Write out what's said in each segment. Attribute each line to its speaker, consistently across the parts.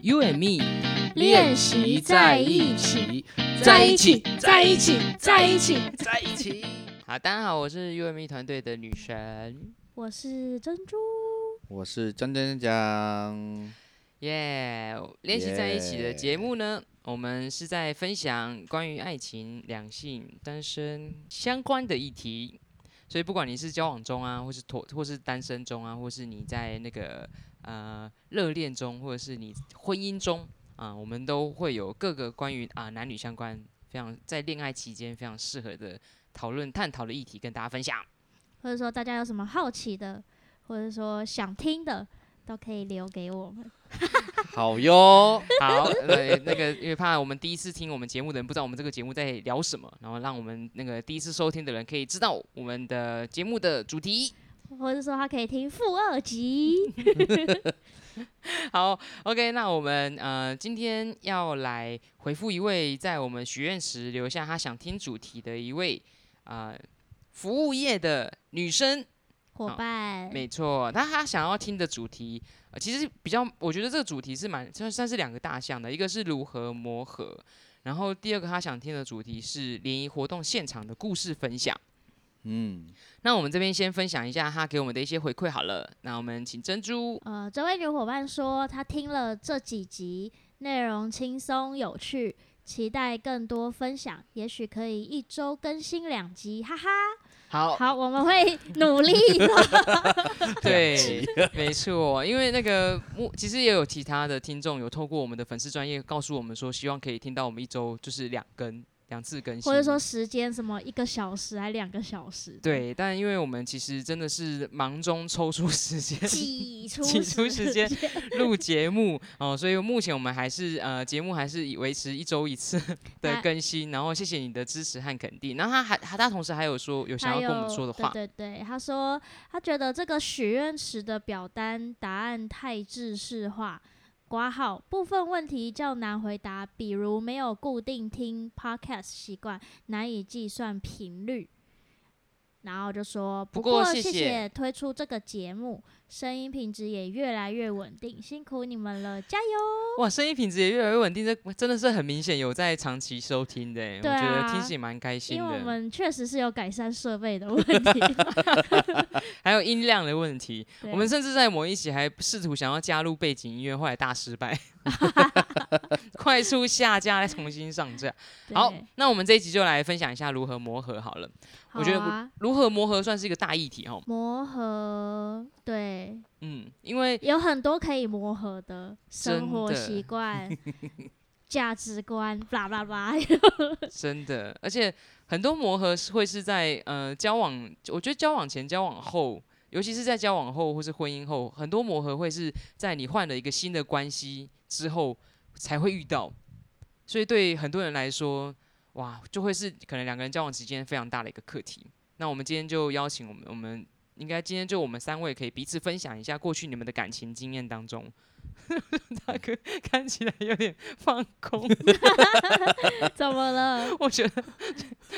Speaker 1: You and me
Speaker 2: 练习在一起，
Speaker 1: 在一起，在一起，在一起，
Speaker 3: 在一起。
Speaker 1: 好，大家好，我是 U and me 团队的女神，
Speaker 2: 我是珍珠，
Speaker 3: 我是张真江，
Speaker 1: 耶！练习在一起的节
Speaker 3: Yeah
Speaker 1: 目呢我们是在分享关于爱情、两性、单身相关的议题。所以不管你是交往中啊，或是脱，或是单身中啊，或是你在那个呃热恋中，或者是你婚姻中啊、我们都会有各个关于啊、男女相关非常在恋爱期间非常适合的讨论探讨的议题跟大家分享。
Speaker 2: 或者说大家有什么好奇的，或者说想听的，都可以留给我们。
Speaker 3: 好哟，
Speaker 1: 好，呃，那个因为怕我们第一次听我们节目的人不知道我们这个节目在聊什么，然后让我们那个第一次收听的人可以知道我们的节目的主题。
Speaker 2: 或者说他可以听负二集，
Speaker 1: 好，OK，那我们呃今天要来回复一位在我们许愿时留下他想听主题的一位呃服务业的女生，
Speaker 2: 伙伴，
Speaker 1: 没错，那他想要听的主题，呃，其实比较，我觉得这个主题是蛮算算是两个大项的，一个是如何磨合，然后第二个他想听的主题是联谊活动现场的故事分享。
Speaker 3: 嗯，
Speaker 1: 那我们这边先分享一下他给我们的一些回馈好了。那我们请珍 珠，
Speaker 2: 呃，这位女伙伴说，她听了这几集，内容轻松有趣，期待更多分享，也许可以一周更新两集，哈哈。
Speaker 1: 好，
Speaker 2: 好，我们会努力的。
Speaker 1: 对，没错，因为那个目其实也有其他的听众有透过我们的粉丝专业告诉我们说，希望可以听到我们一周就是两更两次更新，
Speaker 2: 或者说时间什么一个小时还两个小时，，
Speaker 1: 对，但因为我们其实真的是忙中抽出 时间
Speaker 2: 挤出
Speaker 1: 挤出时间
Speaker 2: 间，
Speaker 1: 录节目哦，所以目前我们还是呃节目还是以维持一周一次的
Speaker 2: 那
Speaker 1: 更新，然后谢谢你的支持和肯定。然后他还他他同时还有说有想
Speaker 2: 还
Speaker 1: 要
Speaker 2: 有
Speaker 1: 跟我们说的话，
Speaker 2: 对对对，他说他觉得这个许愿池的表单答案太制式化，挂号部分问题较难回答，比如没有固定听 podcast 习惯，难以计算频率。然后就说，
Speaker 1: 不
Speaker 2: 不
Speaker 1: 过
Speaker 2: 过
Speaker 1: 谢
Speaker 2: 谢
Speaker 1: 谢
Speaker 2: 谢推出这个节目，声音品质也越来越稳定，辛苦你们了，加油！
Speaker 1: 哇，声音品质也越来越稳定，这真的是很明显有在长期收听的耶，我
Speaker 2: 对
Speaker 1: 觉得
Speaker 2: 啊
Speaker 1: 听起来蛮开心
Speaker 2: 因为我
Speaker 1: 的。
Speaker 2: 们确实是有改善设备的问题，
Speaker 1: 还有音量的问题，
Speaker 2: 对
Speaker 1: 我们甚至在某一期还试图想要加入背景音乐，后来大失 败， 快速下架再重新上架。好
Speaker 2: 对，
Speaker 1: 那我们这一集就来分享一下如何磨合好了。我觉得
Speaker 2: 好啊
Speaker 1: 如何磨合算是一个大议题哦。
Speaker 2: 磨合，对，
Speaker 1: 嗯，因为
Speaker 2: 有很多可以磨合的
Speaker 1: 真
Speaker 2: 生活
Speaker 1: 的
Speaker 2: 习惯、价值观，blah blah blah。
Speaker 1: 真的，而且很多磨合是会是在呃交往，我觉得交往前、交往后，尤其是在交往后或是婚姻后，很多磨合会是在你换了一个新的关系之后才会遇到，所以对很多人来说，哇，就会是可能两个人交往之间非常大的一个课题。那我们今天就邀请我们，我们应该今天就我们三位可以彼此分享一下过去你们的感情经验当中。 大哥看起来有点放空。
Speaker 2: 怎么了？
Speaker 1: 我觉得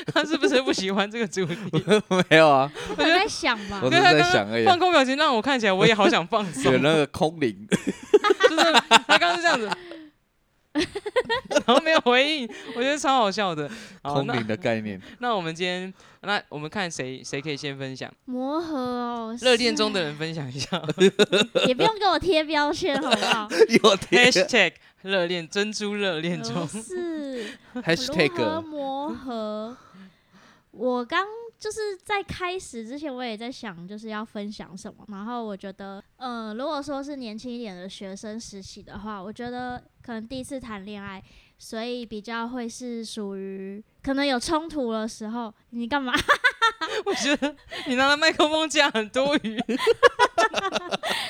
Speaker 1: 他是不是不喜欢这个主题？
Speaker 3: 没有啊，
Speaker 2: 他可能在想吧
Speaker 3: 我。
Speaker 1: 觉
Speaker 3: 只
Speaker 1: 得
Speaker 3: 是
Speaker 1: 他
Speaker 3: 在
Speaker 1: 刚
Speaker 3: 想而已啊
Speaker 1: 放，空表情让我看起来我也好想放松
Speaker 3: 有，那个空灵，
Speaker 1: 就是他刚刚是这样子，然后没有回应，我觉得超好笑的。好，
Speaker 3: 空
Speaker 1: 那
Speaker 3: 灵的概念，
Speaker 1: 那我们今天那我们看谁谁可以先分享，
Speaker 2: 磨合哦，
Speaker 1: 热恋
Speaker 2: 是
Speaker 1: 中的人分享一 下
Speaker 2: 也不用给我贴标签，好不 好？
Speaker 3: 有点
Speaker 1: ，#hashtag 热恋珍珠热恋中
Speaker 2: 不，是，如何
Speaker 3: hashtag
Speaker 2: 磨合？我刚就是在开始之前，我也在想就是要分享什么，然后我觉得，嗯、如果说是年轻一点的学生时期的话，我觉得可能第一次谈恋爱，所以比较会是属于可能有冲突的时候，你干嘛？
Speaker 1: 我觉得你拿了麦克风讲很多余，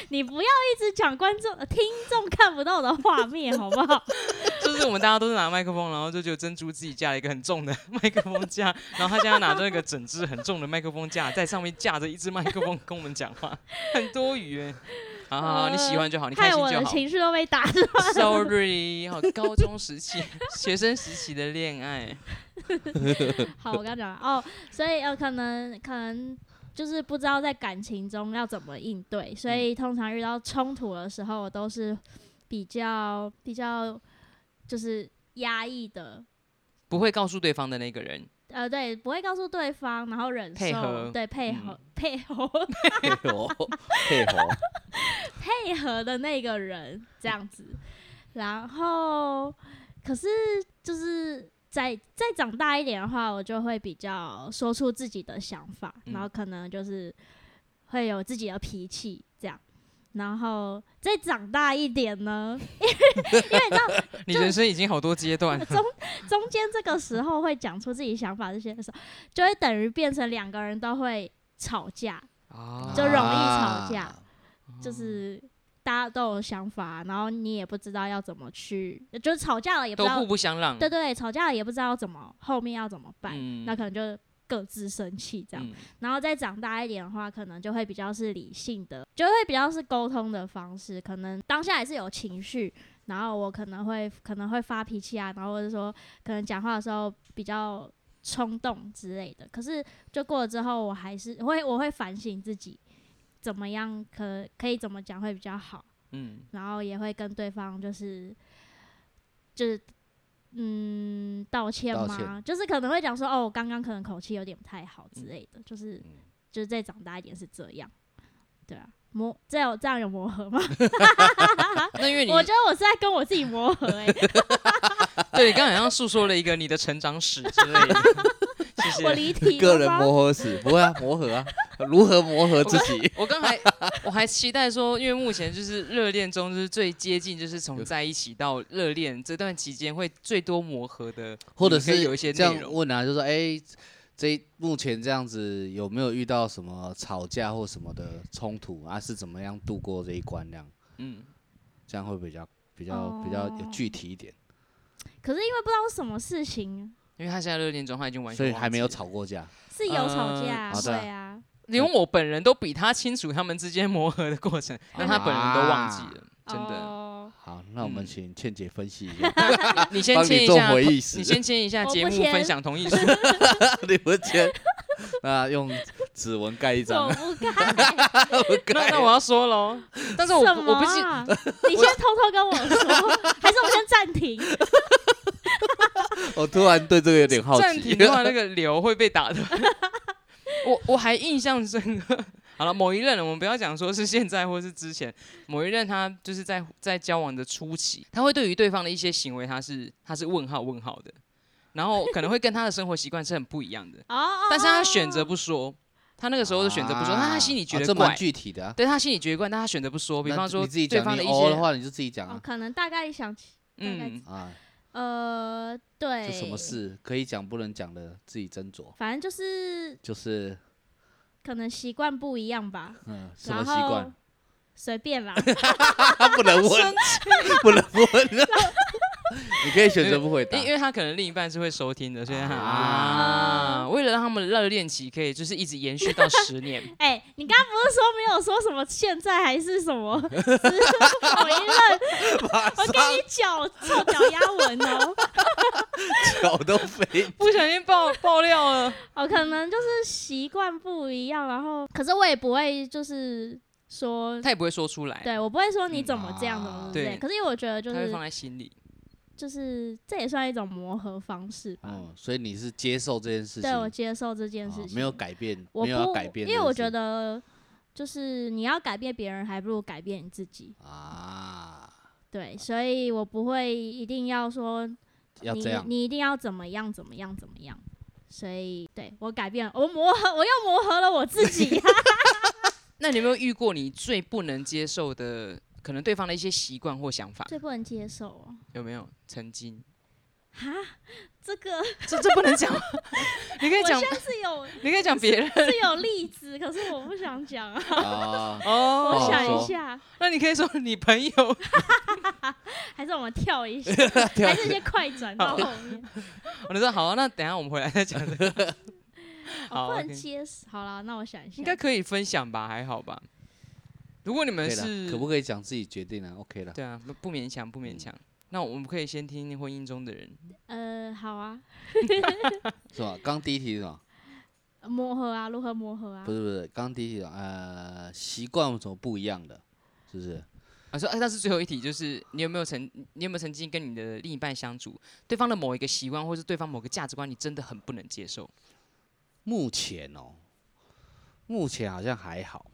Speaker 2: 你不要一直讲观众、呃听众看不到的画面，好不好？
Speaker 1: 就是我们大家都是拿麦克风，然后就只有珍珠自己架了一个很重的 麦克风架，然后他现在拿着那个整只很重的麦克风架，在上面架着一只麦克风跟我们讲话，很多余哎。好好好，你喜欢就 好，你开
Speaker 2: 害
Speaker 1: 心
Speaker 2: 我
Speaker 1: 就
Speaker 2: 的
Speaker 1: 好。
Speaker 2: 情绪都被打断。
Speaker 1: Sorry，好，高中时期、 学生时期的恋爱，
Speaker 2: 好，我刚讲了哦，所以呃，可能可能就是不
Speaker 1: 嗯
Speaker 2: 知道在感情中要怎么应对，所以通常遇到冲突的时候，我都是比较比较就是压抑的，
Speaker 1: 不会告诉对方的那个人，
Speaker 2: 呃，对，不会告诉对方，然后忍
Speaker 1: 配合
Speaker 2: 受，对，配
Speaker 1: 嗯
Speaker 2: 合、配合
Speaker 3: 配合配 合，
Speaker 2: 配合的那个人这样子。然后，可是就是再再长大一点的话，我就会比较说出自己的想法，
Speaker 1: 嗯
Speaker 2: 然后可能就是会有自己的脾气这样。然后再长大一点呢，
Speaker 1: 你人生已经好多阶段了，
Speaker 2: 中中间这个时候会讲出自己想法这些的时候，就会等于变成两个人都会吵架，
Speaker 1: 啊
Speaker 2: 就容易吵
Speaker 3: 啊
Speaker 2: 架。
Speaker 1: 哦
Speaker 2: 就是大家都有想法，然后你也不知道要怎么去，就是吵架了也不
Speaker 1: 都
Speaker 2: 知道
Speaker 1: 互，不相让，
Speaker 2: 对对对，吵架了也不知道怎么后面要怎么办，
Speaker 1: 嗯
Speaker 2: 那可能就各自生气这样。
Speaker 1: 嗯
Speaker 2: 然后再长大一点的话，可能就会比较是理性的，就会比较是沟通的方式。可能当下也是有情绪，然后我可能会可能会发脾气啊，然后或者说可能讲话的时候比较冲动之类的。可是就过了之后，我还是我会我会反省自己，怎么样可可以怎么讲会比较好，
Speaker 1: 嗯，
Speaker 2: 然后也会跟对方就是就是。嗯，道歉
Speaker 3: 道
Speaker 2: 吗？
Speaker 3: 歉
Speaker 2: 就是可能会讲说，哦，我刚刚可能口气有点不太好之
Speaker 3: 嗯
Speaker 2: 类的，就是
Speaker 3: 嗯
Speaker 2: 就是再长大一点是这样，对啊，磨这有这样有磨合吗？
Speaker 1: 那因为你
Speaker 2: 啊我觉得我是在跟我自己磨合哎、
Speaker 1: 对你刚刚好像诉说了一个你的成长史之类 的，谢谢。
Speaker 2: 我离题
Speaker 3: 个
Speaker 2: 了
Speaker 3: 人
Speaker 2: 吗？
Speaker 3: 磨合史，不会啊，磨合啊，如何磨合自己？
Speaker 1: 我刚才我还期待说，因为目前就是热恋中，就是最接近，就是从在一起到热恋这段期间会最多磨合的，
Speaker 3: 或者
Speaker 1: 你可以
Speaker 3: 是
Speaker 1: 有一些
Speaker 3: 这
Speaker 1: 内
Speaker 3: 样
Speaker 1: 容。
Speaker 3: 问啊，就说哎、这目前这样子有没有遇到什么吵架或什么的冲突啊？是怎么样度过这一关？这样
Speaker 1: 嗯，
Speaker 3: 这样会比较比较、比较有具体一点，
Speaker 2: 可是因为不知道是什么事情，
Speaker 1: 因为他现在热恋中，他已经完全
Speaker 3: 所以还没有
Speaker 1: 忘记了
Speaker 3: 吵过架。
Speaker 2: 是有吵架、
Speaker 3: 嗯好的
Speaker 2: 对啊，
Speaker 1: 连我本人都比他清楚他们之间磨合的过 程，但他本人都忘记了，真的。
Speaker 2: 哦、
Speaker 3: 好，那我们
Speaker 1: 嗯
Speaker 3: 请倩姐分析一下，
Speaker 1: 那你你 先
Speaker 3: 帮
Speaker 1: 签
Speaker 3: 你
Speaker 1: 一
Speaker 3: 做
Speaker 1: 下，
Speaker 3: 回忆
Speaker 1: 你
Speaker 3: 史，啊
Speaker 1: 先签一下
Speaker 2: 我
Speaker 1: 节
Speaker 2: 不
Speaker 1: 目
Speaker 2: 签
Speaker 1: 分享同意 书。
Speaker 3: 你不签，那用指纹盖一张
Speaker 2: 我，不 该，
Speaker 1: 那那我要说喽， 但是我
Speaker 2: 什
Speaker 1: 不
Speaker 2: 么
Speaker 1: 我不是
Speaker 2: 啊？你先偷偷跟我说， 还是我们先暂停？
Speaker 3: 我突然对这个有点好
Speaker 1: 暂
Speaker 3: 奇啊
Speaker 1: 停。的话，那个流会被 打的。我我还印象深刻。好了，某一任了，我们不要讲说是现在或是之前，某一任他就是在在交往的初期，他会对于对方的一些行为，他是他是问号问号的，然后可能会跟他的生活习惯是很不一样的，
Speaker 2: 哦哦，
Speaker 1: 但是他
Speaker 2: 哦
Speaker 1: 选择不说，他那个时候的选择不说，
Speaker 3: 啊
Speaker 1: 那他心里觉
Speaker 3: 啊
Speaker 1: 得
Speaker 3: 这
Speaker 1: 怪，
Speaker 3: 蛮具体的啊。
Speaker 1: 对他心里觉得怪，但他选择不说，比
Speaker 3: 那
Speaker 1: 方说
Speaker 3: 你自己
Speaker 1: 对
Speaker 3: 讲，
Speaker 1: 方
Speaker 3: 你
Speaker 1: 一
Speaker 3: 哦
Speaker 1: 些，
Speaker 3: 的话你就自己 讲
Speaker 2: 哦
Speaker 3: 啊，
Speaker 2: 可能大概想起，大概
Speaker 1: 嗯，
Speaker 3: 啊，
Speaker 2: 呃，对，
Speaker 3: 这什么？事可以讲不能讲的，自己斟酌。
Speaker 2: 反正就是
Speaker 3: 就是
Speaker 2: 可能习惯不一样吧，
Speaker 3: 嗯，什么
Speaker 2: 然
Speaker 3: 习
Speaker 2: 后
Speaker 3: 惯？
Speaker 2: 随便啦。
Speaker 3: 他 不能问，不能问。啊你可以选择不回答
Speaker 1: 因。因为他可能另一半是会收听的，所以他
Speaker 3: 啊
Speaker 1: 啊，为了让他们热恋期可以就是一直延续到十年，
Speaker 2: 哎、你刚刚不是说没有说什么现在还是什 么？只是我一愣，我给你脚臭脚丫纹哦。
Speaker 3: 脚都飞。
Speaker 1: 不小心爆爆料了。
Speaker 2: 哦，可能就是习惯不一样，然后可是我也不会就是说，
Speaker 1: 他也不会说出来，
Speaker 2: 对我不会说你怎么这样、
Speaker 3: 嗯
Speaker 2: 怎么
Speaker 3: 啊
Speaker 2: 之类
Speaker 1: 对
Speaker 2: 的。可是因为我觉得就
Speaker 1: 他会
Speaker 2: 是
Speaker 1: 放在心里。
Speaker 2: 就是这也算一种磨合方式吧。
Speaker 3: 嗯，所以你是接受这件事情，
Speaker 2: 对我接受这件
Speaker 3: 哦
Speaker 2: 事情，
Speaker 3: 没有改变，
Speaker 2: 我
Speaker 3: 没有要
Speaker 2: 不
Speaker 3: 改变这件事。
Speaker 2: 因为我觉得就是你要改变别人，还不如改变你自己。
Speaker 3: 啊，
Speaker 2: 对，所以我不会一定要说
Speaker 3: 要
Speaker 2: 你
Speaker 3: 这样
Speaker 2: 你一定要怎么样怎么样怎么样。所以对我改变，我磨合，我又磨合了我自 己、啊。
Speaker 1: 那你有没有遇过你最不能接受的，可能对方的一些习惯或想法？
Speaker 2: 最不能接受哦，
Speaker 1: 有没有？曾经，
Speaker 2: 哈，这个
Speaker 1: 这这不能 讲吗，你可以
Speaker 2: 我
Speaker 1: 讲
Speaker 2: 现，在是有
Speaker 1: 你可以讲别人
Speaker 2: 是有例子，可是我不想讲啊，
Speaker 3: 啊。
Speaker 1: 哦。
Speaker 2: 我
Speaker 3: 好
Speaker 2: 想一
Speaker 3: 说
Speaker 2: 下，
Speaker 1: 那你可以说你朋友，
Speaker 2: 还是我们跳 一下，还是先快转
Speaker 1: 好
Speaker 2: 到后面。
Speaker 1: 我就说好啊、那等一下我们回来再讲这个。好
Speaker 2: 我不能
Speaker 1: OK
Speaker 2: 接受，好了，那我想一下
Speaker 1: 应，该可以分享吧，还好吧。如果你
Speaker 3: 可
Speaker 1: 们
Speaker 3: 以啦
Speaker 1: 是
Speaker 3: 可不可以讲自己决定啊？OK 了，
Speaker 1: 对啊，不不勉强，不勉
Speaker 3: 嗯
Speaker 1: 强。那我们可以先听听婚姻中的人，
Speaker 2: 呃，好啊，
Speaker 3: 是吧？刚第一题是什么？
Speaker 2: 磨合啊，如何磨合啊
Speaker 3: 不？是不是，刚第一题是什么呃，习惯有什么不一样的？是不是？
Speaker 1: 我说，哎、但是最后一题就是，你有没有曾，你有没有曾经跟你的另一半相处，对方的某一个习惯，或是对方某个价值观，你真的很不能接受？
Speaker 3: 目前哦，目前好像还好，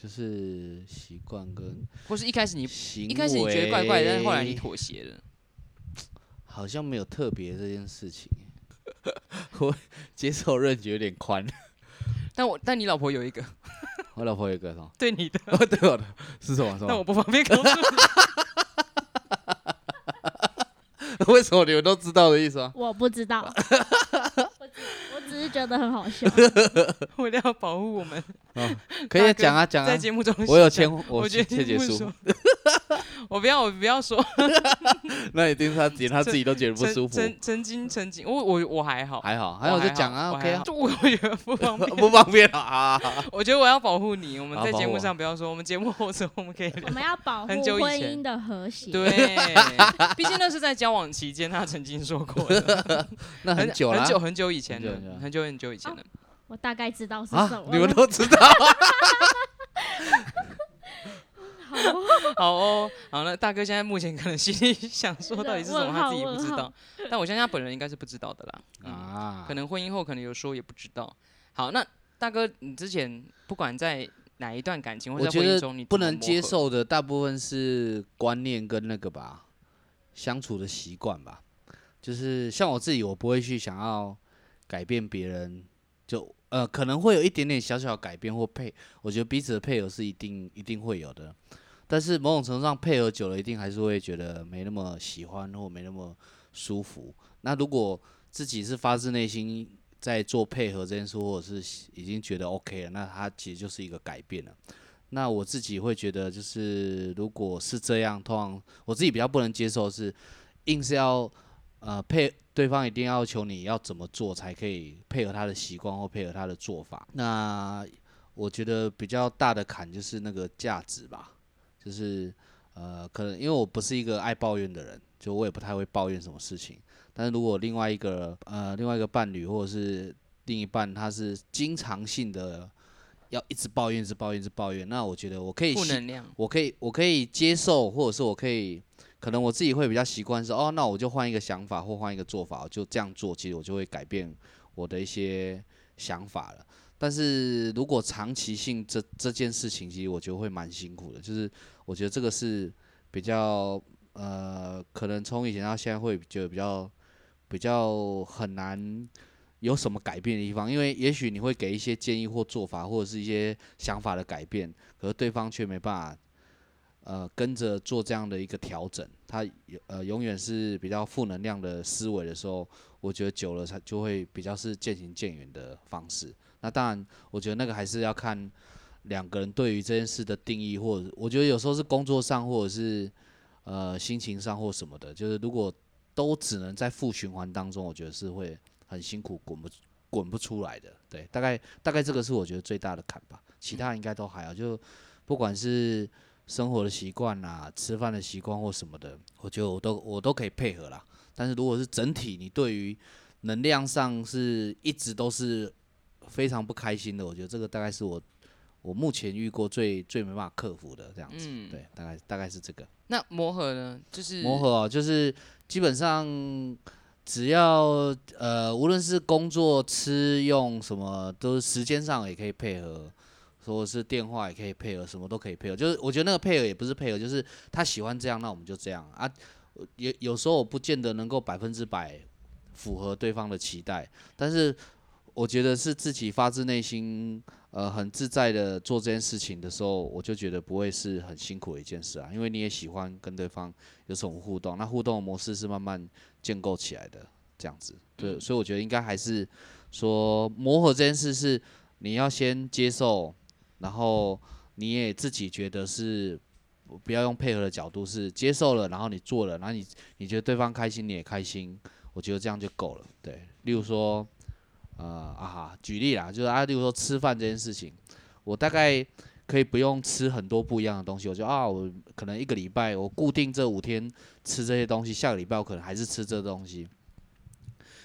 Speaker 3: 就是习惯跟
Speaker 1: 或是一开始 你
Speaker 3: 行为。
Speaker 1: 一开始你觉得怪怪的，但是后来你妥协了。
Speaker 3: 好像没有特别这件事情。欸 我接受认知有点宽，
Speaker 1: 但我但你老婆有一个
Speaker 3: 我老婆有一个什么？
Speaker 1: 对你的，
Speaker 3: 哦，对我的是什么？什
Speaker 1: 但我
Speaker 3: 么？
Speaker 1: 不方便告诉你。
Speaker 3: 为什么你们都知道的意思啊吗？
Speaker 2: 我不知 道，我只我只是觉得很好笑。
Speaker 1: 为了要保护我们，
Speaker 3: 可以啊
Speaker 1: 大哥
Speaker 3: 讲啊 讲啊
Speaker 1: 在，节目中
Speaker 3: 我有
Speaker 1: 形
Speaker 3: 签
Speaker 1: 象，，
Speaker 3: 我
Speaker 1: 觉
Speaker 3: 签
Speaker 1: 得
Speaker 3: 签
Speaker 1: 你
Speaker 3: 结
Speaker 1: 不
Speaker 3: 束
Speaker 1: 说，。我不要，我不要说，
Speaker 3: 那一定是他连他自己都觉得不舒
Speaker 1: 曾
Speaker 3: 服。
Speaker 1: 曾曾经曾经，我我我还好，
Speaker 3: 还好，
Speaker 1: 我
Speaker 3: 还有就
Speaker 1: 好
Speaker 3: 讲啊
Speaker 1: 我
Speaker 3: ，OK
Speaker 1: 还
Speaker 3: 啊
Speaker 1: 好，就我我觉得不方 便，
Speaker 3: 不方便啊。
Speaker 1: 我觉得我要保护你。我们
Speaker 3: 好
Speaker 1: 在
Speaker 3: 保
Speaker 1: 节
Speaker 3: 护
Speaker 1: 目
Speaker 3: 我
Speaker 1: 上不要说，我们节目后头我 们可以聊
Speaker 2: 我。们要保护
Speaker 1: 很久以
Speaker 2: 婚
Speaker 1: 前
Speaker 2: 姻的和谐。
Speaker 1: 对， 毕竟那是在交往期间，他曾经说过 的，
Speaker 3: 那很久了啊
Speaker 1: 很久很久以前了
Speaker 3: 很久很，久
Speaker 1: 很久很久以前了。
Speaker 2: 我大概知道是什
Speaker 3: 啊
Speaker 2: 么，。
Speaker 3: 你们都 知道。
Speaker 2: 好
Speaker 1: 好哦，好那大哥现在目前可能心里想说到底是什么，
Speaker 2: 问
Speaker 1: 他
Speaker 2: 号
Speaker 1: 自己不知
Speaker 2: 问
Speaker 1: 道
Speaker 2: 号，
Speaker 1: 但我相信他本人应该是不知道的啦。嗯，
Speaker 3: 啊
Speaker 1: 可能婚姻后可能有说也不知道。好，那大哥，你之前不管在哪一段感情或
Speaker 3: 我
Speaker 1: 者在
Speaker 3: 觉
Speaker 1: 婚姻
Speaker 3: 得
Speaker 1: 中，你
Speaker 3: 不
Speaker 1: 怎么
Speaker 3: 能
Speaker 1: 磨
Speaker 3: 接
Speaker 1: 合，
Speaker 3: 受的大部分是观念跟那个吧，相处的习惯吧。就是像我自己，我不会去想要改变别人，就呃可能会有一点点小小改变或配，我觉得彼此的配合是一定一定会有的。但是某种程度上配合久了，一定还是会觉得没那么喜欢或没那么舒服。那如果自己是发自内心在做配合这件事，或者是已经觉得 OK 了，那它其实就是一个改变了。那我自己会觉得，就是如果是这样，通常我自己比较不能接受的是，硬是要呃配对方一定要求你要怎么做才可以配合他的习惯或配合他的做法。那我觉得比较大的坎就是那个价值吧，就是呃可能因为我不是一个爱抱怨的人，就我也不太会抱怨什么事情。但是如果另外一个呃另外一个伴侣或者是另一半，他是经常性的要一直抱怨、一直抱怨、一直抱怨，那我觉得我可以
Speaker 1: 负
Speaker 3: 吸
Speaker 1: 能量？
Speaker 3: 我可以我可以接受，或者是我可以，可能我自己会比较习惯是哦，那我就换一个想法或换一个做法，我就这样做，其实我就会改变我的一些想法了。但是如果长期性这这件事情，其实我觉得会蛮辛苦的，就是我觉得这个是比较呃，可能从以前到现在会觉得比较比较很难。有什么改变的地方？因为也许你会给一些建议或做法，或者是一些想法的改变，可是对方却没办法呃跟着做这样的一个调整，他有呃永远是比较负能量的思维的时候，我觉得久了他就会比较是渐行渐远的方式。那当然，我觉得那个还是要看两个人对于这件事的定义，或者我觉得有时候是工作上，或者是呃心情上或什么的，就是如果都只能在负循环当中，我觉得是会很辛苦，滚不滚不出来的。对，大概大概这个是我觉得最大的坎吧，其他应该都还好，就不管是生活的习惯啦、吃饭的习惯或什么的，我觉得我都我都可以配合啦。但是如果是整体，你对于能量上是一直都是非常不开心的，我觉得这个大概是我我目前遇过最最没办法克服的这样子。
Speaker 1: 嗯
Speaker 3: 对，大概大概是这个。
Speaker 1: 那磨合呢？就是
Speaker 3: 磨合、哦，就是基本上只要呃，无论是工作、吃用什么，都是时间上也可以配合，或者是电话也可以配合，什么都可以配合。就是我觉得那个配合也不是配合，就是他喜欢这样，那我们就这样啊。我也有时候我不见得能够百分之百符合对方的期待，但是我觉得是自己发自内心。呃，很自在的做这件事情的时候，我就觉得不会是很辛苦的一件事啊，因为你也喜欢跟对方有这种互动，那互动的模式是慢慢建构起来的，这样子。对，所以我觉得应该还是说磨合这件事是你要先接受，然后你也自己觉得是不要用配合的角度，是接受了，然后你做了，然后你你觉得对方开心，你也开心，我觉得这样就够了。对，例如说，呃啊哈，举例啦，就是啊，例如说吃饭这件事情，我大概。可以不用吃很多不一样的东西，我就啊，我可能一个礼拜我固定这五天吃这些东西，下个礼拜我可能还是吃这东西。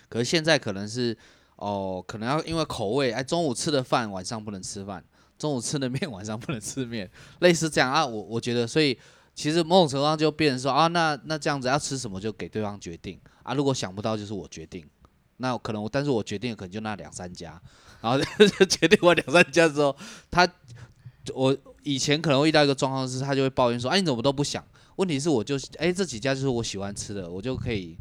Speaker 3: 可是现在可能是哦，可能要因为口味，哎，中午吃的饭晚上不能吃饭，中午吃的面晚上不能吃面，类似这样啊。我我觉得，所以其实某种程度上就变成说啊，那 那这样子要吃什么就给对方决定啊，如果想不到就是我决定。啊那可能我，但是我决定可能就那两三家，然后 就决定完两三家之后，他我以前可能会遇到一个状况是，他就会抱怨说，哎，你怎么都不想？问题是我就哎这几家就是我喜欢吃的，我就可以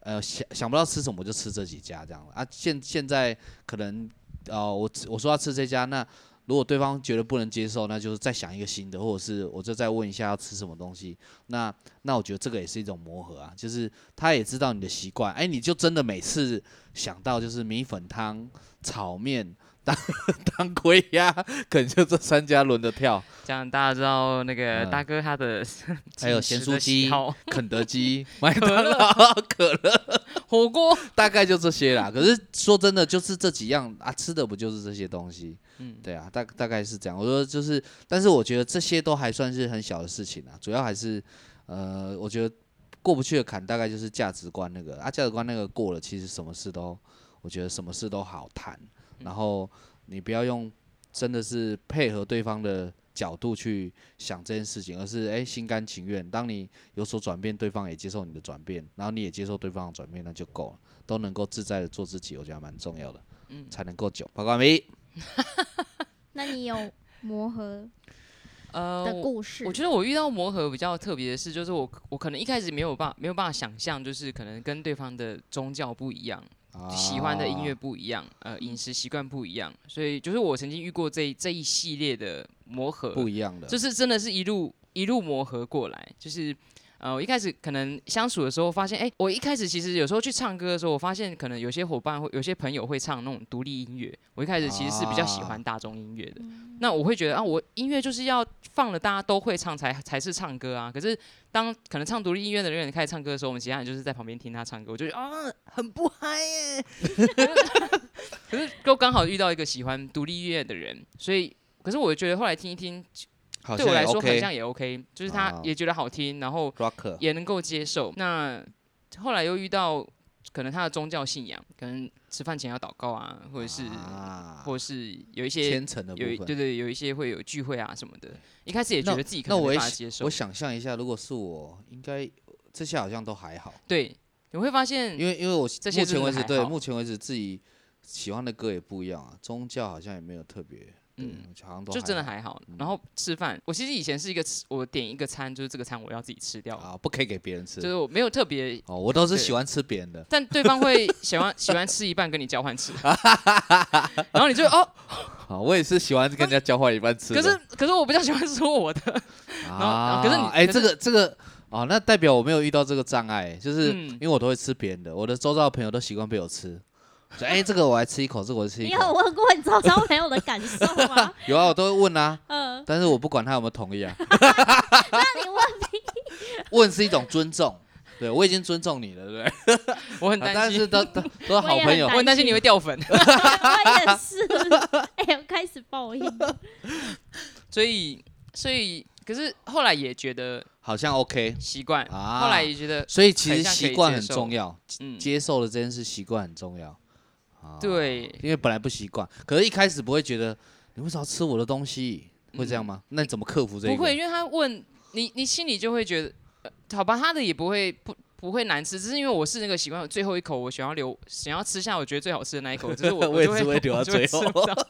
Speaker 3: 呃想想不到吃什么我就吃这几家这样啊。现现在可能呃我吃我说要吃这家，那如果对方觉得不能接受，那就是再想一个新的，或者是我就再问一下要吃什么东西。那那我觉得这个也是一种磨合啊，就是他也知道你的习惯，哎，你就真的每次想到就是米粉汤、炒面。当 当归鸭，可能就这三家轮着跳。
Speaker 1: 这样大家知道那个
Speaker 3: 嗯
Speaker 1: 大哥他的
Speaker 3: 还有
Speaker 1: 进
Speaker 3: 咸
Speaker 1: 食的
Speaker 3: 酥
Speaker 1: 喜
Speaker 3: 鸡、
Speaker 1: 好
Speaker 3: 肯德基、 麦当劳、可乐，
Speaker 1: 火锅，
Speaker 3: 大概就这些啦。可是说真的，就是这几样啊，吃的不就是这些东西？
Speaker 1: 嗯，
Speaker 3: 对啊，大大概是这样。我说就是，但是我觉得这些都还算是很小的事情啊，主要还是呃，我觉得过不去的坎大概就是价值观那个啊，价值观那个过了，其实什么事都，我觉得什么事都好谈。然后你不要用真的是配合对方的角度去想这件事情，而是哎心甘情愿。当你有所转变，对方也接受你的转变，然后你也接受对方的转变，那就够了，都能够自在的做自己，我觉得还蛮重要的，
Speaker 1: 嗯
Speaker 3: 才能够久。报告没？
Speaker 2: 那你有磨合
Speaker 1: 呃，
Speaker 2: 的
Speaker 1: 我
Speaker 2: 故事？
Speaker 3: 哦
Speaker 1: 我觉得我遇到磨合比较特别的是，就是我我可能一开始没有办没有办法想象，就是可能跟对方的宗教不一样，喜欢的音乐
Speaker 3: 啊
Speaker 1: 不一样，呃，饮食习惯不一样，所以就是我曾经遇过这一这一系列的磨合，
Speaker 3: 不一样的，
Speaker 1: 就是真的是一路一路磨合过来，就是。呃，我一开始可能相处的时候发现，哎、我一开始其实有时候去唱歌的时候，我发现可能有些伙伴会、有些朋友会唱那种独立音乐。我一开始其实是比较喜欢大众音乐的，那我会觉得啊，我音乐就是要放了大家都会唱才才是唱歌啊。可是当可能唱独立音乐的人开始唱歌的时候，我们其他人就是在旁边听他唱歌，我就觉得啊，很不嗨 耶。可是都刚好遇到一个喜欢独立音乐的人，所以可是我觉得后来听一听，
Speaker 3: 好
Speaker 1: 对
Speaker 3: 像
Speaker 1: 我来
Speaker 3: 也
Speaker 1: 说
Speaker 3: OK
Speaker 1: 好像也 OK，就是他
Speaker 3: 哦
Speaker 1: 也觉得好听，然后
Speaker 3: rocker
Speaker 1: 也能够接受。那后来又遇到可能他的宗教信仰，可能吃饭前要祷告啊，或者是、
Speaker 3: 啊
Speaker 1: 或者是有一些
Speaker 3: 千层的部
Speaker 1: 有一对
Speaker 3: 分。
Speaker 1: 对有一些会有聚会啊什么的，一开始也觉得自己可
Speaker 3: 那
Speaker 1: 能
Speaker 3: 我
Speaker 1: 没
Speaker 3: 也
Speaker 1: 办法
Speaker 3: 想
Speaker 1: 接受
Speaker 3: 我，想象一下，如果是我，应该这些好像都还好，
Speaker 1: 对，你会发现
Speaker 3: 因为因为我
Speaker 1: 嗯些
Speaker 3: 目前
Speaker 1: 真的
Speaker 3: 为止
Speaker 1: 还
Speaker 3: 对
Speaker 1: 好
Speaker 3: 目前为止自己喜欢的歌也不一样啊，宗教好像也没有特别，嗯
Speaker 1: 嗯，
Speaker 3: 好像都
Speaker 1: 就真的
Speaker 3: 好嗯
Speaker 1: 还好。然后吃饭，我其实以前是一个吃，我点一个餐就是这个餐我要自己吃掉，
Speaker 3: 啊，不可以给别人吃
Speaker 1: 就是我没有特别。
Speaker 3: 哦，我都是
Speaker 1: 对
Speaker 3: 喜欢吃别人的。
Speaker 1: 但对方会喜欢喜欢吃一半跟你交换 吃，然后你就哦，
Speaker 3: 好，我也是喜欢跟人家交换一半吃
Speaker 1: 可
Speaker 3: 的。
Speaker 1: 是可是我比较喜欢说我的， 后
Speaker 3: 啊，
Speaker 1: 啊可是你
Speaker 3: 哎，
Speaker 1: 可
Speaker 3: 这
Speaker 1: 是
Speaker 3: 个这个哦，那代表我没有遇到这个障碍，就是
Speaker 1: 嗯
Speaker 3: 因为我都会吃别人的，我的周遭的朋友都习惯被我吃。就哎，这个我来吃一口，这个我来吃一
Speaker 2: 你
Speaker 3: 口。
Speaker 2: 有问过你周遭朋友的感受吗？
Speaker 3: 有啊，我都会问啊，
Speaker 2: 嗯，
Speaker 3: 但是我不管他有没有同意啊，
Speaker 2: 那你问
Speaker 3: 问是一种尊重。对，我已经尊重你了，对不对？
Speaker 1: 我很
Speaker 3: 啊
Speaker 1: 担
Speaker 3: 但
Speaker 1: 心
Speaker 3: 是，都都都是
Speaker 2: 我
Speaker 3: 好
Speaker 2: 也很
Speaker 3: 朋友
Speaker 1: 我，很担心你会掉粉，
Speaker 2: 我也 是，哎、我开始报应。
Speaker 1: 所以所以可是后来也觉得
Speaker 3: 好像 OK
Speaker 1: 习惯，
Speaker 3: 啊。
Speaker 1: 后来也觉得
Speaker 3: 所以其
Speaker 1: 好
Speaker 3: 实
Speaker 1: 像可以
Speaker 3: 习惯
Speaker 1: 接
Speaker 3: 很
Speaker 1: 受
Speaker 3: 重要，
Speaker 1: 嗯，
Speaker 3: 接受了这件事，习惯很重要。
Speaker 1: 哦
Speaker 3: 啊，
Speaker 1: 对，
Speaker 3: 因为本来不习惯，可是一开始不会觉得你为啥吃我的东西，会这样吗？那你怎么克服这
Speaker 1: 嗯
Speaker 3: 个？
Speaker 1: 不会，因为他问你，你心里就会觉得，呃、好吧，他的也不会不不会难吃，只是因为我是那个习惯，最后一口我想要留，想要吃下我觉得最好吃的那一口，就是 我
Speaker 3: 我也
Speaker 1: 就会
Speaker 3: 是会留到
Speaker 1: 我就会
Speaker 3: 最
Speaker 1: 吃不到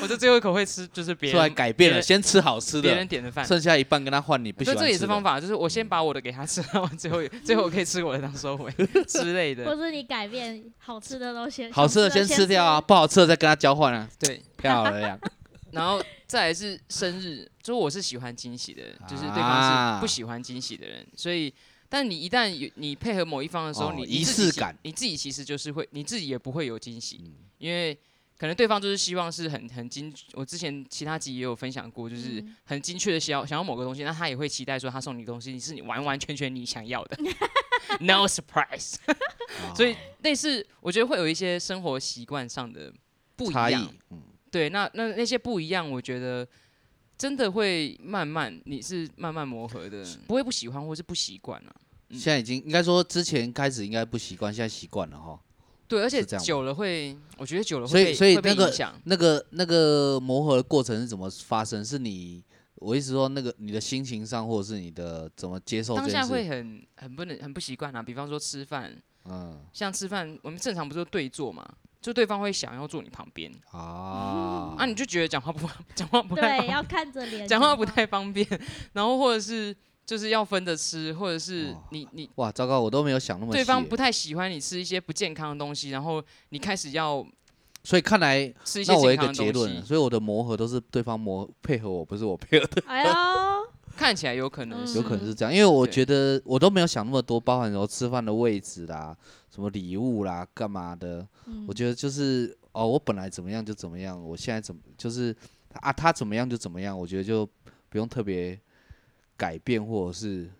Speaker 1: 我就最后一口会吃，就是别
Speaker 3: 出来
Speaker 1: 人
Speaker 3: 改变
Speaker 1: 别
Speaker 3: 了，
Speaker 1: 人
Speaker 3: 先吃好吃
Speaker 1: 别人
Speaker 3: 的，
Speaker 1: 点的饭。
Speaker 3: 剩下一半跟他换你不喜
Speaker 1: 所以
Speaker 3: 欢
Speaker 1: 这
Speaker 3: 吃的。嗯
Speaker 1: 也是方法，就是我先把我的给他吃，然后最后最后我可以吃我的当收 尾之类
Speaker 2: 或
Speaker 1: 的。
Speaker 2: 是你改变好吃的东西，
Speaker 3: 好吃的
Speaker 2: 想
Speaker 3: 先吃掉啊，，不好吃的再跟他交换啊，
Speaker 1: 对，
Speaker 3: 漂亮。
Speaker 1: 然后再来是生日，就是我是喜欢惊喜的人，就是对方
Speaker 3: 啊
Speaker 1: 是不喜欢惊喜的人，所以。但你一旦有你配合某一方的时候，
Speaker 3: 哦
Speaker 1: 你
Speaker 3: 仪
Speaker 1: 你自己
Speaker 3: 式
Speaker 1: 其
Speaker 3: 感嗯
Speaker 1: 你自己其实就是会，你自己也不会有惊喜，因为可能对方就是希望是很很精。我之前其他集也有分享过，就是
Speaker 2: 嗯
Speaker 1: 很精确的想要想要某个东西，那他也会期待说他送你东西是你完完全全你想要的，no surprise。所以类似，我觉得会有一些生活习惯上的不一
Speaker 3: 差异
Speaker 1: 样，，
Speaker 3: 嗯，
Speaker 1: 对，那那那些不一样，我觉得真的会慢慢，你是慢慢磨合的，不会不喜欢或是不习惯啊。嗯
Speaker 3: 现在已经应该说之前开始应该不习惯，现在习惯了哈。
Speaker 1: 对，而且
Speaker 3: 是这样吗
Speaker 1: 久了会，我觉得久了
Speaker 3: 所
Speaker 1: 会
Speaker 3: 以
Speaker 1: 被
Speaker 3: 所以
Speaker 1: 会被
Speaker 3: 那个
Speaker 1: 影响。
Speaker 3: 那个那个磨合的过程是怎么发生？是你我意思说，那个你的心情上，或者是你的怎么接受哦这
Speaker 1: 当
Speaker 3: 件
Speaker 1: 下
Speaker 3: 事，
Speaker 1: 会很很不能很不习惯啊。比方说吃饭，
Speaker 3: 嗯
Speaker 1: 像吃饭我们正常不是都对坐嘛，就对方会想要坐你旁边，
Speaker 3: 啊，
Speaker 1: 啊，你就觉得讲话不 讲话不太
Speaker 2: 对，
Speaker 1: 方
Speaker 2: 要看着脸
Speaker 1: 讲话不太方便， 然后或者是就是要分着吃，或者是
Speaker 3: 哦
Speaker 1: 你你
Speaker 3: 哇，糟糕，我都没有想那么
Speaker 1: 对方
Speaker 3: 细
Speaker 1: 不太喜欢你吃一些不健康的东西，然后你开始要
Speaker 3: 所以看来，
Speaker 1: 吃一些
Speaker 3: 那我有
Speaker 1: 健
Speaker 3: 一
Speaker 1: 康
Speaker 3: 个
Speaker 1: 的
Speaker 3: 结
Speaker 1: 东
Speaker 3: 论了，
Speaker 1: 西，
Speaker 3: 所以我的磨合都是对方磨配合我，不是我配合的，
Speaker 2: 哎呦，
Speaker 1: 看起来有可能
Speaker 2: 嗯
Speaker 1: 是
Speaker 3: 有可能是这样，因为我
Speaker 1: 对
Speaker 3: 觉得我都没有想那么多，包含什么吃饭的位置啦，什么礼物啦，干嘛的，
Speaker 2: 嗯
Speaker 3: 我觉得就是哦，我本来怎么样就怎么样，我现在怎么就是啊，他怎么样就怎么样，我觉得就不用特别改变或者是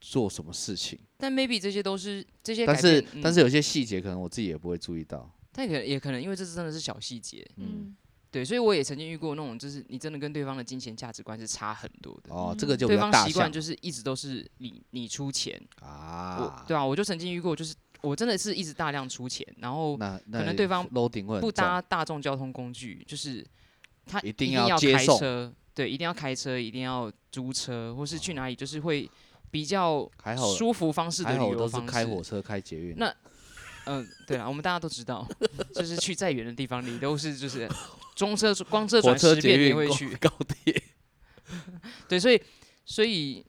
Speaker 3: 做什么事情，
Speaker 1: 但 maybe 这些都是这些改
Speaker 3: 但是
Speaker 1: 变，嗯
Speaker 3: 但是有些细节可能我自己也不会注意到，
Speaker 1: 但可也可能因为这真的是小细节，
Speaker 3: 嗯，
Speaker 2: 嗯，
Speaker 1: 对，所以我也曾经遇过那种，就是你真的跟对方的金钱价值观是差很多的。
Speaker 3: 哦，
Speaker 2: 嗯
Speaker 3: 这个就比
Speaker 1: 对
Speaker 3: 较
Speaker 1: 方
Speaker 3: 大
Speaker 1: 习惯
Speaker 3: 项
Speaker 1: 就是一直都是你你出钱，
Speaker 3: 啊
Speaker 1: 我，对啊，我就曾经遇过，就是我真的是一直大量出钱，然后
Speaker 3: 那那
Speaker 1: 可能对方
Speaker 3: loading 会很
Speaker 1: 不
Speaker 3: 重
Speaker 1: 搭大众交通工具，就是他
Speaker 3: 一定
Speaker 1: 定
Speaker 3: 要接
Speaker 1: 开
Speaker 3: 受
Speaker 1: 车，对，一定要开车，一定要租车，或是去哪里，就是会比较
Speaker 3: 哦还好
Speaker 1: 舒服方式的
Speaker 3: 还好
Speaker 1: 旅
Speaker 3: 我
Speaker 1: 游
Speaker 3: 都是
Speaker 1: 方
Speaker 3: 开
Speaker 1: 式。
Speaker 3: 火车开捷运，
Speaker 1: 那嗯、对了，我们大家都知道， 就是去再远的地方，你都是就是中车光车
Speaker 3: 火
Speaker 1: 转
Speaker 3: 车
Speaker 1: 十
Speaker 3: 捷
Speaker 1: 遍你
Speaker 3: 运
Speaker 1: 会
Speaker 3: 高
Speaker 1: 去，
Speaker 3: 高铁，
Speaker 1: 对，所以所以，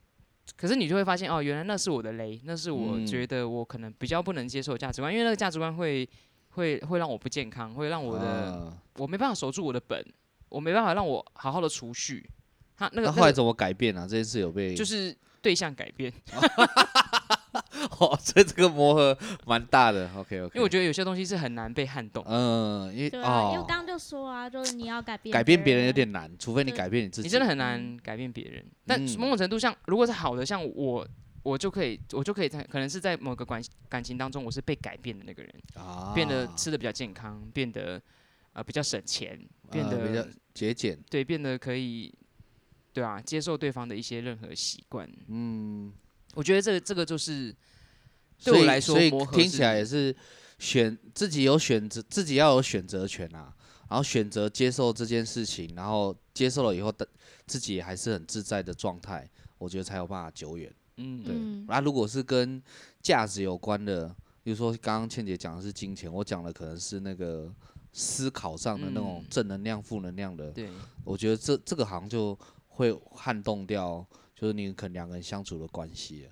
Speaker 1: 可是你就会发现哦，原来那是我的雷，那是我
Speaker 3: 嗯
Speaker 1: 觉得我可能比较不能接受的价值观，因为那个价值观会会会让我不健康，会让我的、
Speaker 3: 啊
Speaker 1: 我没办法守住我的本，我没办法让我好好的储蓄。他那个
Speaker 3: 那后
Speaker 1: 那
Speaker 3: 来
Speaker 1: 个
Speaker 3: 怎么改变啊？这件事有被
Speaker 1: 就是对象改变，
Speaker 3: 哦，所以这个磨合蛮 大的。OK OK，
Speaker 1: 因为我觉得有些东西是很难被撼动。
Speaker 3: 嗯，因为
Speaker 2: 对啊，因为
Speaker 3: 哦
Speaker 2: 我，刚刚就说啊，就是你要改变
Speaker 3: 改变别人有点难，除非你
Speaker 2: 对
Speaker 3: 改变你自己。
Speaker 1: 你真的很难改变别人。但
Speaker 3: 嗯
Speaker 1: 嗯某种程度上，如果是好的，像我，我就可以，我就可以在可能是在某个关系感情当中，我是被改变的那个人，
Speaker 3: 啊，
Speaker 1: 变得吃的比较健康，变得呃比较省钱，变
Speaker 3: 呃比
Speaker 1: 得、
Speaker 3: 较节俭。
Speaker 1: 对，变得可以。对啊，接受对方的一些任何习惯，
Speaker 3: 嗯，
Speaker 1: 我觉得这个这个就是对
Speaker 3: 所
Speaker 1: 我
Speaker 3: 以
Speaker 1: 来说
Speaker 3: 所以
Speaker 1: 磨合
Speaker 3: 听起
Speaker 1: 是
Speaker 3: 来也是选自己有选择，自己要有选择权啊。然后选择接受这件事情，然后接受了以后，但自己还是很自在的状态，我觉得才有办法久远。
Speaker 1: 嗯，
Speaker 3: 对，
Speaker 2: 嗯
Speaker 3: 那、如果是跟价值有关的，比如说刚刚倩姐讲的是金钱，我讲的可能是那个思考上的那种
Speaker 1: 嗯
Speaker 3: 正能量、负能量的，
Speaker 1: 对，
Speaker 3: 我觉得这这个好像就会撼动掉，就是你可能两个人相处的关系了。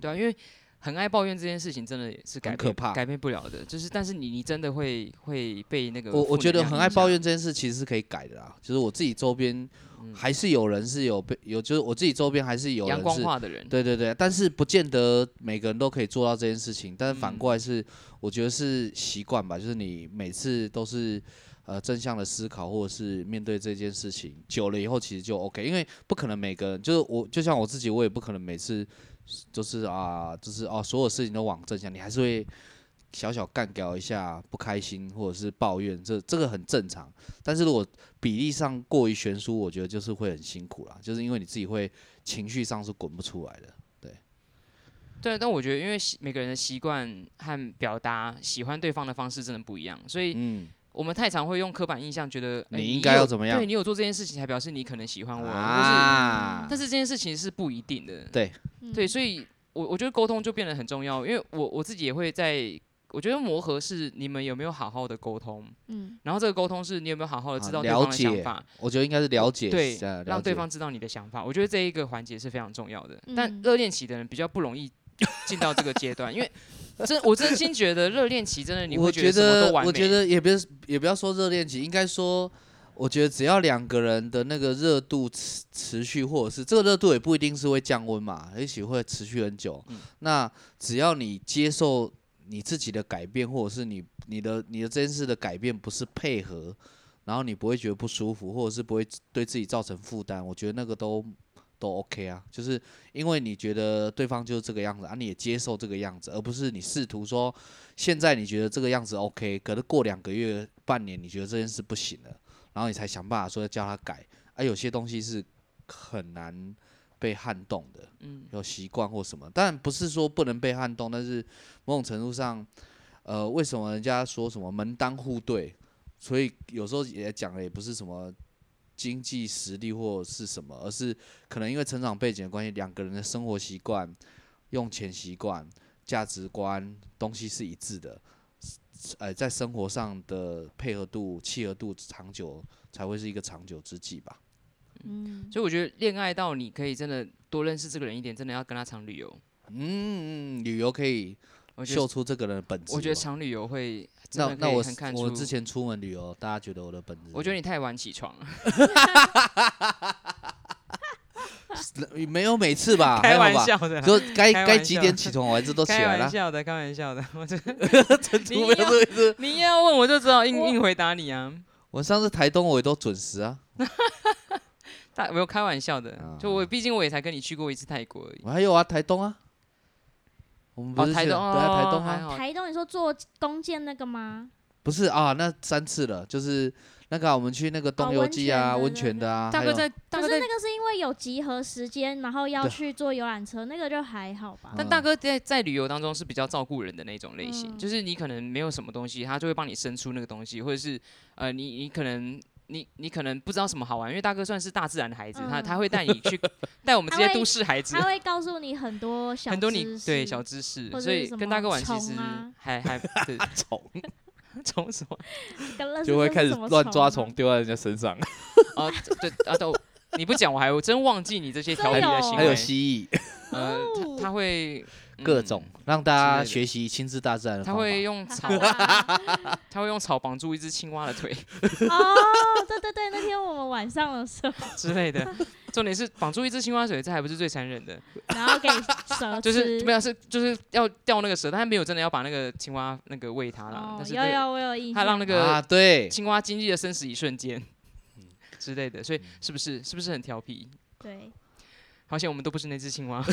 Speaker 1: 对啊，因为很爱抱怨这件事情，真的也是改
Speaker 3: 嗯很
Speaker 1: 变
Speaker 3: 可怕
Speaker 1: 改变不了的。就是，但是你你真的会会被那个
Speaker 3: 我我
Speaker 1: 负
Speaker 3: 觉
Speaker 1: 能
Speaker 3: 得
Speaker 1: 量
Speaker 3: 很
Speaker 1: 影
Speaker 3: 爱抱
Speaker 1: 响
Speaker 3: 怨这件事其实是可以改的啦，就是我自己周边还是有人是有被有，就是我自己周边还是有
Speaker 1: 嗯
Speaker 3: 人
Speaker 1: 阳光
Speaker 3: 是
Speaker 1: 化的人，
Speaker 3: 对对对，但是不见得每个人都可以做到这件事情。但是反过来是，我觉得是习惯吧，就是你每次都是呃正向的思考，或者是面对这件事情久了以后，其实就 OK。因为不可能每个人，就是我，就像我自己，我也不可能每次就是啊，就是哦、所有事情都往正向，你还是会。小小干掉一下不开心或者是抱怨，这这个很正常。但是如果比例上过于悬殊，我觉得就是会很辛苦啦，就是因为你自己会情绪上是滚不出来的。
Speaker 1: 对，但我觉得因为习每个人的习惯和表达喜欢对方的方式真的不一样，所以
Speaker 3: 嗯，
Speaker 1: 我们太常会用刻板印象觉得哎
Speaker 3: 你
Speaker 1: 你
Speaker 3: 应该要
Speaker 1: 有
Speaker 3: 怎么样
Speaker 1: 对你有做这件事情才表示你可能喜欢我，啊、
Speaker 3: 啊
Speaker 1: 或是但是这件事情是不一定的。
Speaker 3: 对
Speaker 2: 嗯
Speaker 1: 对，所以我我觉得沟通就变得很重要，因为我我自己也会在。我觉得磨合是你们有没有好好的沟通，
Speaker 2: 以嗯
Speaker 1: 然后这个沟通是你有没有好好的知
Speaker 3: 啊
Speaker 1: 道对
Speaker 3: 了
Speaker 1: 方的想
Speaker 3: 解
Speaker 1: 法，
Speaker 3: 我觉得应该是了解，
Speaker 1: 对
Speaker 3: 呃，了
Speaker 1: 让对
Speaker 3: 解
Speaker 1: 方知道你的想法。我觉得这一个环节是非常重要的，但
Speaker 2: 嗯
Speaker 1: 热恋期的人比较不容易进到这个阶段，因 为真我真心觉得热恋期真的你
Speaker 3: 我
Speaker 1: 会
Speaker 3: 觉
Speaker 1: 什么
Speaker 3: 得
Speaker 1: 都完美，
Speaker 3: 我觉得也别也不要说热恋期，应该说，我觉得只要两个人的那个热度持持续，或者是这个热度也不一定是会降温嘛，也许会持续很久。
Speaker 1: 嗯
Speaker 3: 那只要你接受你自己的改变，或者是你你的你的这件事的改变不是配合，然后你不会觉得不舒服，或者是不会对自己造成负担，我觉得那个都。都 OK 啊，就是因为你觉得对方就是这个样子啊，你也接受这个样子，而不是你试图说现在你觉得这个样子 OK，可是过两个月、半年，你觉得这件事不行了，然后你才想办法说要叫他改。啊，有些东西是很难被撼动的，
Speaker 1: 嗯，
Speaker 3: 有习惯或什么，但不是说不能被撼动，但是某种程度上，呃，为什么人家说什么门当户对？所以有时候也讲的也不是什么经济实力或者是什么，而是可能因为成长背景的关系，两个人的生活习惯、用钱习惯、价值观东西是一致的，呃，在生活上的配合度、契合度长久才会是一个长久之计吧。
Speaker 2: 嗯，
Speaker 1: 所以我觉得恋爱到你可以真的多认识这个人一点，真的要跟他常旅游。
Speaker 3: 嗯，旅游可以
Speaker 1: 我觉
Speaker 3: 秀
Speaker 1: 得
Speaker 3: 出这个人的本质吧。
Speaker 1: 我觉得常旅游会真
Speaker 3: 那
Speaker 1: 的
Speaker 3: 那
Speaker 1: 可以
Speaker 3: 我
Speaker 1: 很看出
Speaker 3: 我之前出门旅游，大家觉得我的本质？
Speaker 1: 我觉得你太晚起床了，
Speaker 3: 你没有每次吧，还
Speaker 1: 开
Speaker 3: 有
Speaker 1: 玩
Speaker 3: 吧。
Speaker 1: 笑的啦，
Speaker 3: 就该
Speaker 1: 开玩
Speaker 3: 该几
Speaker 1: 笑
Speaker 3: 点起床，我还是都起
Speaker 1: 开
Speaker 3: 来
Speaker 1: 玩
Speaker 3: 了。
Speaker 1: 笑的，开玩笑的。我这
Speaker 3: 陈
Speaker 1: 你
Speaker 3: 竹没有
Speaker 1: 要
Speaker 3: 这个意思。
Speaker 1: 你要问我就知道硬
Speaker 2: 我
Speaker 1: 硬回答你啊，
Speaker 3: 我上次台东我也都准时啊，
Speaker 1: 大没有开玩笑的
Speaker 3: 啊，
Speaker 1: 就我毕竟我也才跟你去过一次泰国而已。
Speaker 3: 我还有啊，台东啊，我们不
Speaker 1: 哦，
Speaker 3: 是
Speaker 1: 台
Speaker 3: 去
Speaker 1: 东，
Speaker 3: 对啊，台
Speaker 1: 哦
Speaker 3: 东
Speaker 1: 还
Speaker 3: 啊，
Speaker 1: 好
Speaker 2: 台东你说坐弓箭那个吗？
Speaker 3: 不是啊，那三次了，就是那个啊我们去那个东游记啊，
Speaker 2: 温
Speaker 3: 温
Speaker 2: 泉的
Speaker 3: 泉的啊，
Speaker 1: 大
Speaker 3: 还
Speaker 1: 哥
Speaker 3: 有
Speaker 1: 在，大
Speaker 2: 可
Speaker 1: 哥
Speaker 2: 是
Speaker 1: 在
Speaker 2: 那，个是因为有集合时间，然后要
Speaker 3: 对
Speaker 2: 去坐游览车，那个就还好吧。
Speaker 1: 但大哥在在旅游当中是比较照顾人的那种类型，
Speaker 2: 嗯
Speaker 1: 就是你可能没有什么东西，他就会帮你生出那个东西，或者是呃，你你可能。你你可能不知道什么好玩，因为大哥算是大自然的孩子，他
Speaker 2: 嗯
Speaker 1: 他会带你去带我们这
Speaker 2: 他
Speaker 1: 些
Speaker 2: 会
Speaker 1: 都市孩子
Speaker 2: 他会告诉你很多小
Speaker 1: 很多你
Speaker 2: 知识
Speaker 1: 对小知识
Speaker 2: 或，者
Speaker 1: 所
Speaker 2: 是
Speaker 1: 以
Speaker 2: 什
Speaker 1: 跟大
Speaker 2: 么
Speaker 1: 哥玩其
Speaker 2: 虫
Speaker 1: 实
Speaker 2: 啊
Speaker 1: 还还对
Speaker 3: 虫，
Speaker 1: 虫什么
Speaker 2: 跟认识
Speaker 3: 就会
Speaker 2: 这是
Speaker 3: 开始
Speaker 2: 什么
Speaker 3: 乱
Speaker 2: 虫
Speaker 3: 抓
Speaker 2: 啊
Speaker 3: 虫丢在人家身上，
Speaker 1: 啊对啊都你不讲我还我真忘记你这些调皮
Speaker 2: 真
Speaker 1: 的
Speaker 2: 哦有
Speaker 1: 行
Speaker 3: 还有
Speaker 1: 为，
Speaker 3: 蜥蜴，
Speaker 1: 呃
Speaker 2: 哦
Speaker 1: 他他会
Speaker 3: 各
Speaker 1: 嗯
Speaker 3: 种让大家
Speaker 1: 之类的
Speaker 3: 学习亲自大自然的
Speaker 1: 他
Speaker 3: 方法。
Speaker 1: 会 用草
Speaker 2: 好啊啦
Speaker 1: 他会用草绑住一只青蛙的 腿
Speaker 2: 哦，对对对，那天我们晚上的时候，
Speaker 1: 之类的。重点是绑住一只青蛙的腿，这还不是最残忍的，
Speaker 2: 然后给 蛇
Speaker 1: 就是
Speaker 2: 吃
Speaker 1: 没有是就是要吊那个蛇，但他没有真的要把那个青蛙那个喂它啦，
Speaker 2: 哦
Speaker 1: 但，是
Speaker 2: 有
Speaker 1: 那个
Speaker 2: 有我有印
Speaker 1: 他让
Speaker 2: 象，
Speaker 1: 那个
Speaker 3: 啊，对，嗯
Speaker 1: 青蛙经历了生死一瞬间之类的，所以是不是是不是很调皮？
Speaker 2: 对，
Speaker 1: 好险我们都不是那只青蛙。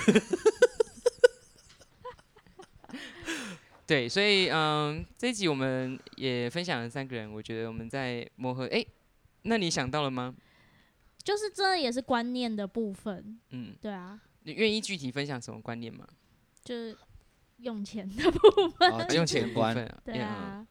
Speaker 1: 对，所以嗯，这一集我们也分享了三个人，我觉得我们在磨合。诶，那你想到了吗？
Speaker 2: 就是这也是观念的部分，
Speaker 1: 嗯，
Speaker 2: 对啊，
Speaker 1: 你愿意具体分享什么观念吗？
Speaker 2: 就是用钱的部分，
Speaker 3: 啊
Speaker 1: 用钱的
Speaker 3: 金钱
Speaker 1: 部
Speaker 3: 观
Speaker 1: 分，
Speaker 2: 对
Speaker 1: 嗯，
Speaker 2: 啊，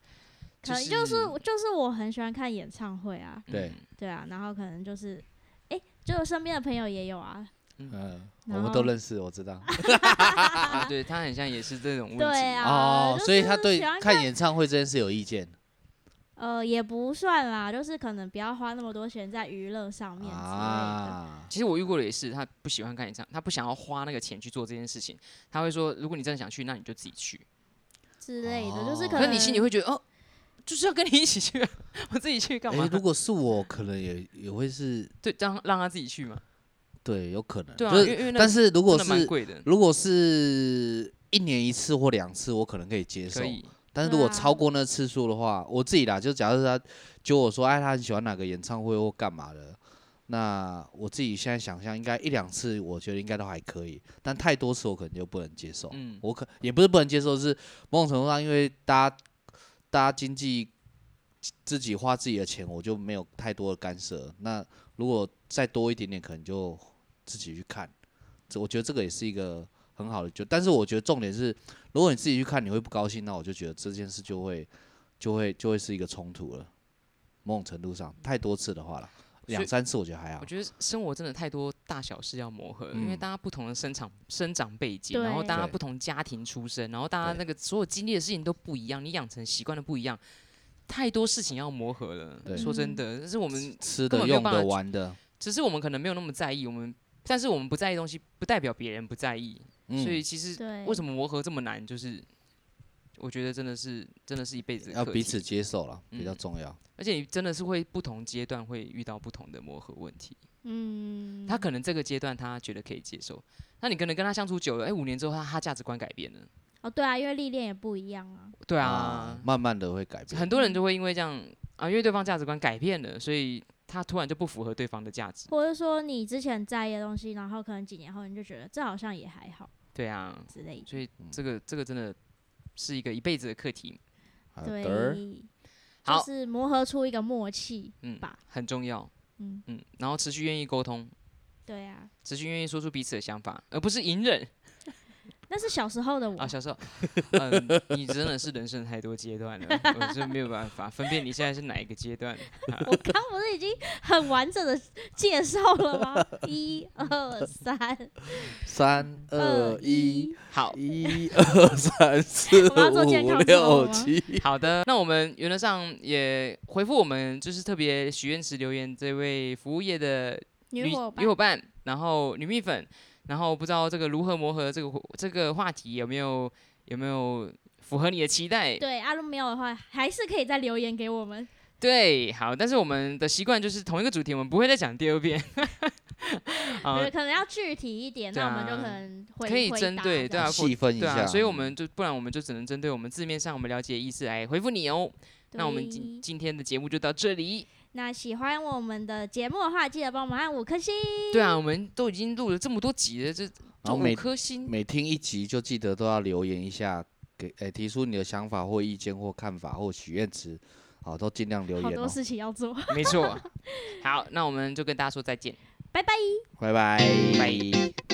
Speaker 2: 可能就是是就是我很喜欢看演唱会啊，
Speaker 3: 对
Speaker 1: 嗯
Speaker 2: 对啊，然后可能就是，哎，就身边的朋友也有啊，
Speaker 3: 嗯，我
Speaker 2: 然
Speaker 3: 们
Speaker 2: 后
Speaker 3: 都认识，我知道。
Speaker 1: 啊，对他很像也是这种问题。
Speaker 2: 对啊，
Speaker 3: 哦，
Speaker 2: 就
Speaker 3: 所以
Speaker 2: 是
Speaker 3: 他对
Speaker 2: 喜欢看
Speaker 3: 看演唱会这件事有意见
Speaker 2: 呃，也不算啦，就是可能不要花那么多钱在娱乐上面之类的。
Speaker 3: 啊。
Speaker 1: 其实我遇过的也是，他不喜欢看演唱，他不想要花那个钱去做这件事情。他会说，如果你真的想去，那你就自己去。
Speaker 2: 之类的，就是
Speaker 3: 哦
Speaker 2: 可
Speaker 1: 可是
Speaker 2: 能
Speaker 1: 你心里会觉得，哦，就是要跟你一起去啊，我自己去干嘛
Speaker 3: 诶？如果是我，可能也也会是
Speaker 1: 对，让让他自己去嘛。
Speaker 3: 对，有可能。
Speaker 1: 对啊，
Speaker 3: 就
Speaker 1: 因
Speaker 3: 是
Speaker 1: 为因为那
Speaker 3: 但
Speaker 1: 个
Speaker 3: 是如
Speaker 1: 真
Speaker 3: 果
Speaker 1: 的蛮
Speaker 3: 是
Speaker 1: 贵的，
Speaker 3: 如果是一年一次或两次，我可能可以接受
Speaker 1: 可。以。
Speaker 3: 但是
Speaker 2: 对
Speaker 3: 如果
Speaker 2: 啊
Speaker 3: 超过那次数的话，我自己啦，就假设他就我说，哎，他很喜欢哪个演唱会或干嘛的，那我自己现在想象应该一两次，我觉得应该都还可以，但太多次我可能就不能接受。
Speaker 1: 嗯，
Speaker 3: 我可也不是不能接受，是某种程度上，因为大家大家经济自己花自己的钱，我就没有太多的干涉。那如果再多一点点，可能就自己去看。这我觉得这个也是一个很好的就，但是我觉得重点是，如果你自己去看你会不高兴，那我就觉得这件事就会就会就会是一个冲突了。某种程度上，太多次的话了，
Speaker 1: 所以
Speaker 3: 两三次我觉得还好
Speaker 1: 我。觉得生活真的太多大小事要磨合，因为
Speaker 3: 嗯
Speaker 1: 大家不同的生长生长背景，
Speaker 2: 对
Speaker 1: 然后大家
Speaker 3: 对
Speaker 1: 不同家庭出身，然后大家
Speaker 3: 对
Speaker 1: 那个所有经历的事情都不一样，你养成习惯的不一样，太多事情要磨合了。
Speaker 3: 对
Speaker 1: 说真
Speaker 2: 嗯
Speaker 1: 的，但是我们
Speaker 3: 吃
Speaker 1: 根
Speaker 3: 的、
Speaker 1: 本没有
Speaker 3: 用
Speaker 1: 办法
Speaker 3: 的、
Speaker 1: 去
Speaker 3: 玩的，
Speaker 1: 只是我们可能没有那么在意，我们但是我们不在意的东西，不代表别人不在意。
Speaker 3: 嗯
Speaker 1: 所以其实
Speaker 2: 对，
Speaker 1: 为什么磨合这么难，就是我觉得真的是真的是一辈子的
Speaker 3: 要
Speaker 1: 课
Speaker 3: 彼
Speaker 1: 题
Speaker 3: 此接受了，比较
Speaker 1: 嗯
Speaker 3: 重要。
Speaker 1: 而且你真的是会不同阶段会遇到不同的磨合问题。
Speaker 2: 嗯，
Speaker 1: 他可能这个阶段他觉得可以接受，那你可能跟他相处久了，哎、五年之后他他价值观改变了。
Speaker 2: 哦，对啊，因为历练也不一样啊。
Speaker 1: 对
Speaker 3: 啊
Speaker 1: 啊，，
Speaker 3: 慢慢的会改变。
Speaker 1: 很多人就会因为这样啊，因为对方价值观改变了，所以他突然就不符合对方的价值。
Speaker 2: 或者说你之前在意的东西，然后可能几年后你就觉得这好像也还好
Speaker 1: 对啊，
Speaker 2: 之类的。
Speaker 1: 所以这
Speaker 2: 嗯
Speaker 1: 个这个真的是一个一辈子的课题，
Speaker 3: 好
Speaker 2: 对
Speaker 3: 的，，
Speaker 1: 好
Speaker 2: 就是磨合出一个默契。
Speaker 1: 嗯
Speaker 2: 吧，
Speaker 1: 很重要。
Speaker 2: 嗯，
Speaker 1: 嗯，然后持续愿意沟通，
Speaker 2: 对啊，
Speaker 1: 持续愿意说出彼此的想法，而不是隐忍。
Speaker 2: 那是小时候的我。
Speaker 1: 啊，小 时候，嗯，你真的是人生太多阶段了，我是没有办法分辨你现在是哪一个阶 段。
Speaker 2: 我刚不是已经很完整的介绍了 吗？一二三，
Speaker 3: 三二一，
Speaker 1: 好
Speaker 3: 一二三四
Speaker 2: 我们要做健
Speaker 3: 五
Speaker 2: 康操
Speaker 3: 六
Speaker 2: 了吗
Speaker 3: 七，
Speaker 1: 好的，那我们原则上也回复我们就是特别许愿池留言这位服务业的
Speaker 2: 女伙伴
Speaker 1: 女，伙伴，然后女蜜粉，然后不知道这个如何磨合这个这个话题有没有有没有符合你的期待？
Speaker 2: 对，阿如没有的话，还是可以再留言给我们。
Speaker 1: 对，好，但是我们的习惯就是同一个主题，我们不会再讲第二遍。 好
Speaker 2: 对，可能要具体一点，
Speaker 1: 呃对
Speaker 2: 那我们就
Speaker 1: 啊
Speaker 2: 可能回
Speaker 1: 可以
Speaker 2: 回
Speaker 1: 针
Speaker 2: 答
Speaker 1: 对
Speaker 2: 这
Speaker 1: 对
Speaker 2: 样
Speaker 1: 啊
Speaker 3: 细分一
Speaker 1: 对
Speaker 3: 下，
Speaker 1: 啊，所以我们就不然我们就只能针对我们字面上我们了解的意思来回复你哦。那我们今
Speaker 2: 对
Speaker 1: 今天的节目就到这里。
Speaker 2: 那喜欢我们的节目的话，记得帮我们按五颗星。
Speaker 1: 对啊，我们都已经录了这么多集了，这
Speaker 3: 然
Speaker 1: 这
Speaker 3: 后
Speaker 1: 五
Speaker 3: 每
Speaker 1: 颗星。
Speaker 3: 每听一集就记得都要留言一下，给诶、提出你的想法或意见或看法或许愿池，好都尽量留
Speaker 2: 好
Speaker 3: 言
Speaker 2: 多
Speaker 3: 哦，
Speaker 2: 事情要做，
Speaker 1: 没错。好，那我们就跟大家说再见。
Speaker 2: 拜拜。
Speaker 3: 拜拜
Speaker 1: 拜